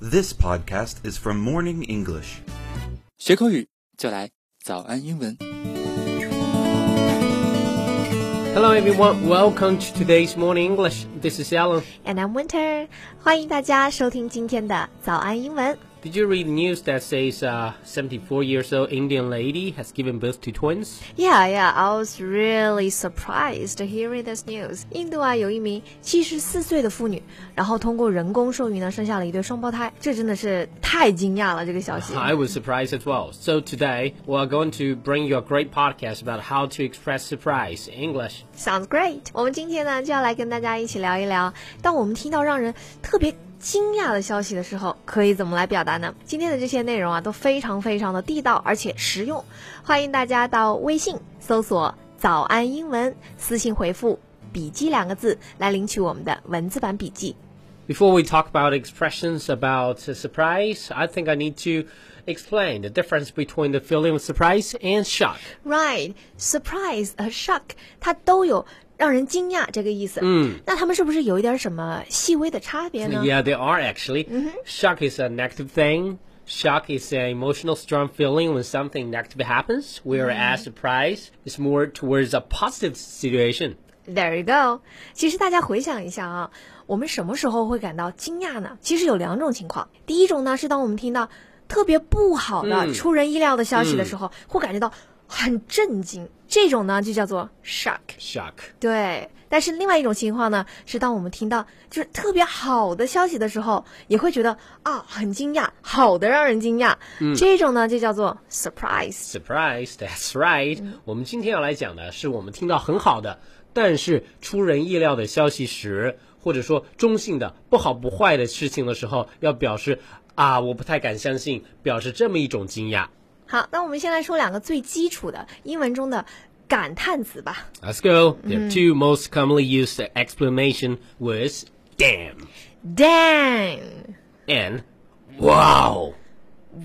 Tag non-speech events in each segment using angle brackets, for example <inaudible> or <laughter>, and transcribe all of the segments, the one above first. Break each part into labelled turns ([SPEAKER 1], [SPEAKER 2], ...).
[SPEAKER 1] This podcast is from Morning English.
[SPEAKER 2] 学口语就来早安英文。
[SPEAKER 3] Hello everyone, welcome to today's morning English. This is Alan.
[SPEAKER 4] And I'm Winter，欢迎大家收听今天的早安英文。
[SPEAKER 3] Did you read news that says a 74 years old Indian lady has given birth to twins?
[SPEAKER 4] Yeah, yeah, I was really surprised hearing this news. 印度啊，有一名七十四岁的妇女，然后通过人工授孕呢，生下了一对双胞胎，这真的是太惊讶了，这个消息。
[SPEAKER 3] <laughs> I was surprised as well. So today we are going to bring you a great podcast about how to express surprise in English.
[SPEAKER 4] Sounds great！我们今天呢就要来跟大家一起聊一聊，当我们听到让人特别惊讶的消息的时候，可以怎么来表达呢？今天的这些内容啊都非常非常的地道而且实用，欢迎大家到微信搜索“早安英文”，私信回复“笔记”两个字来领取我们的文字版笔记。
[SPEAKER 3] Before we talk about expressions about uh, surprise, I think I need to explain the difference between the feeling of surprise and shock.
[SPEAKER 4] Right, surprise 和 shock，它都有让人惊讶这个意思。嗯，那他们是不是有一点什么细微的差别呢
[SPEAKER 3] Yeah, they are actually. Shock is a negative thing. Shock is an emotional, strong feeling when something negative happens, whereas surprise is more towards a positive situation.
[SPEAKER 4] There you go。其实大家回想一下啊，我们什么时候会感到惊讶呢？其实有两种情况，第一种呢是当我们听到特别不好的、出人意料的消息的时候，会感觉到很震惊，这种呢就叫做 shock。
[SPEAKER 3] Shock.
[SPEAKER 4] 对，但是另外一种情况呢，是当我们听到就是特别好的消息的时候，也会觉得啊很惊讶，好的让人惊讶。这种呢就叫做 surprise。
[SPEAKER 3] Surprise, that's right. 我们今天要来讲的是我们听到很好的，但是出人意料的消息时，或者说中性的、不好不坏的事情的时候，要表示啊，我不太敢相信，表示这么一种惊讶。
[SPEAKER 4] 好，那我们先来说两个最基础的英文中的感叹词吧。
[SPEAKER 3] Let's go. The two most commonly used explanation was damn
[SPEAKER 4] Damn!
[SPEAKER 3] and wow.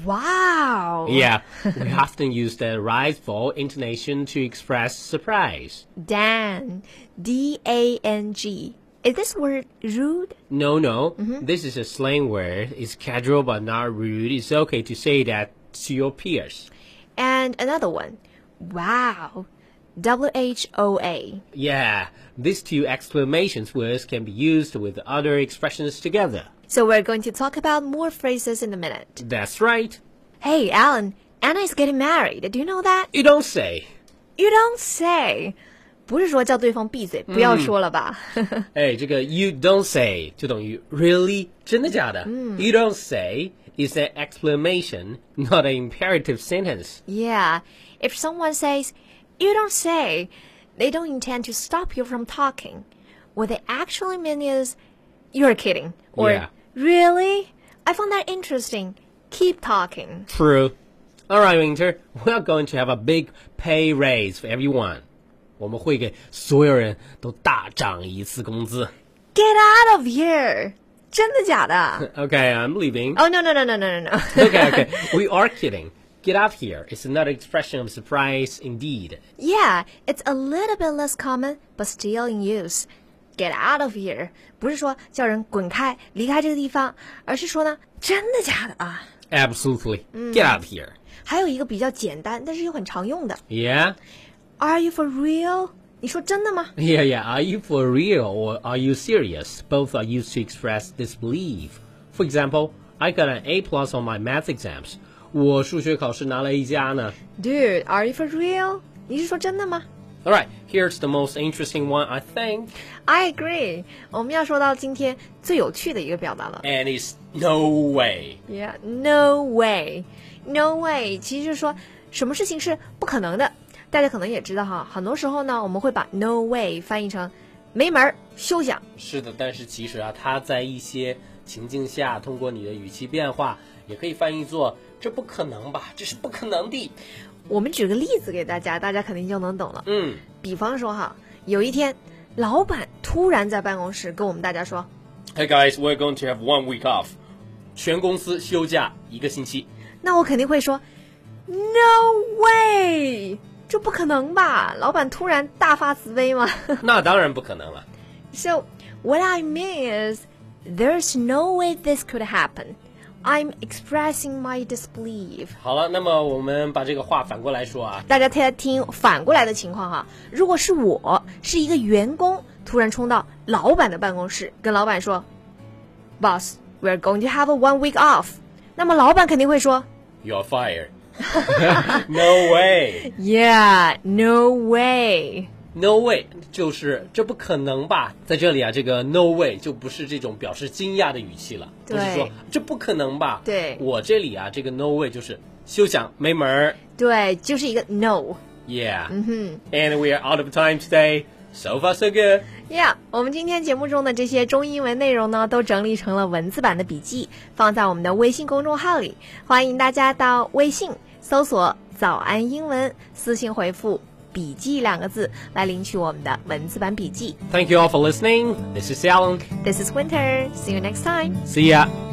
[SPEAKER 4] Wow!
[SPEAKER 3] Yeah, we often use the rise-fall intonation to express surprise.
[SPEAKER 4] Dang! D A N G. Is this word rude?
[SPEAKER 3] No, no, this is a slang word. It's casual but not rude. It's okay to say that to your peers.
[SPEAKER 4] And another one. Wow! W H O A.
[SPEAKER 3] Yeah, these two exclamation words can be used with other expressions together.
[SPEAKER 4] So we're going to talk about more phrases in a minute.
[SPEAKER 3] That's right.
[SPEAKER 4] Hey, Alan, Anna is getting married. Do you know that?
[SPEAKER 3] You don't say.
[SPEAKER 4] You don't say. 不是说叫对方闭嘴，不要说了吧。 <laughs>
[SPEAKER 3] 哎，这个 you don't say 就等于 really 真的假的。You don't say is an exclamation, not an imperative sentence.
[SPEAKER 4] Yeah, if someone says, you don't say, they don't intend to stop you from talking. What they actually mean is, you're kidding. Or,
[SPEAKER 3] Yeah.
[SPEAKER 4] really? I found that interesting. Keep talking.
[SPEAKER 3] True. All right, Winter, we're going to have a big pay raise for everyone. 我们会给所有人都大涨一次工资。
[SPEAKER 4] Get out of here!
[SPEAKER 3] <laughs>
[SPEAKER 4] 真的假的
[SPEAKER 3] Okay, I'm leaving.
[SPEAKER 4] Oh, no, no, no, no, no, no, no.
[SPEAKER 3] <laughs> Okay, okay. We are kidding. Get out here. It's another expression of surprise indeed.
[SPEAKER 4] yeah, it's a little bit less common, but still in use. Get out of here. 不是说叫人滚开，离开这个地方，而是说呢，真的假的啊？
[SPEAKER 3] Absolutely. Get out here.
[SPEAKER 4] 还有一个比较简单，但是又很常用的
[SPEAKER 3] Yeah?
[SPEAKER 4] ，Are you for real？你说真的吗
[SPEAKER 3] Yeah, yeah. Are you for real or are you serious? Both are used to express disbelief. For example, I got an A plus on my math exams. 我数学考试拿了一加呢。
[SPEAKER 4] ？Dude，Are you for real？你是说真的吗
[SPEAKER 3] All right, here's the most interesting one, I think.
[SPEAKER 4] ？I agree。我们要说到今天最有趣的一个表达了
[SPEAKER 3] And it's no way.
[SPEAKER 4] ，Yeah，No way，No way，其实就是说什么事情是不可能的。大家可能也知道哈，很多时候呢，我们会把 No way 翻译成没门儿、休想。
[SPEAKER 3] 是的，但是其实啊，它在一些情境下，通过你的语气变化，也可以翻译作“这不可能吧，这是不可能的
[SPEAKER 4] 我们举个例子给大家，大家肯定就能懂了”。。
[SPEAKER 3] 嗯
[SPEAKER 4] 比方说哈，有一天，老板突然在办公室跟我们大家说
[SPEAKER 3] ，Hey guys, we're going to have one week off，全公司休假一个星期。：“
[SPEAKER 4] 那我肯定会说，No way，这不可能吧？老板突然大发慈悲 <laughs> 吗
[SPEAKER 3] 那当然不可能了。
[SPEAKER 4] ？”So what I mean is, there's no way this could happen. I'm expressing my disbelief。
[SPEAKER 3] 好了，那么我们把这个话反过来说啊，
[SPEAKER 4] 大家听听反过来的情况哈，如果是我是一个员工，突然冲到老板的办公室，跟老板说，Boss, we're going to have a one week off。那么老板肯定会说
[SPEAKER 3] You're
[SPEAKER 4] <laughs>
[SPEAKER 3] fired. no way, <laughs>
[SPEAKER 4] ，Yeah, no way。
[SPEAKER 3] no way，就是这不可能吧？在这里啊，这个 no way 就不是这种表示惊讶的语气了，不
[SPEAKER 4] 对
[SPEAKER 3] 是说这不可能吧？
[SPEAKER 4] 对
[SPEAKER 3] 我这里啊，这个 no way 就是休想，没门儿。
[SPEAKER 4] 对，就是一个 no。
[SPEAKER 3] Yeah,
[SPEAKER 4] 嗯哼。
[SPEAKER 3] and we are out of time today. So far, so good.
[SPEAKER 4] Yeah，我们今天节目中的这些中英文内容呢，都整理成了文字版的笔记，放在我们的微信公众号里。欢迎大家到微信搜索“早安英文”，私信回复“笔记”两个字来领取我们的文字版笔记。
[SPEAKER 3] Thank you all for listening. This is Alan.
[SPEAKER 4] This is Winter. See you next time.
[SPEAKER 3] See ya.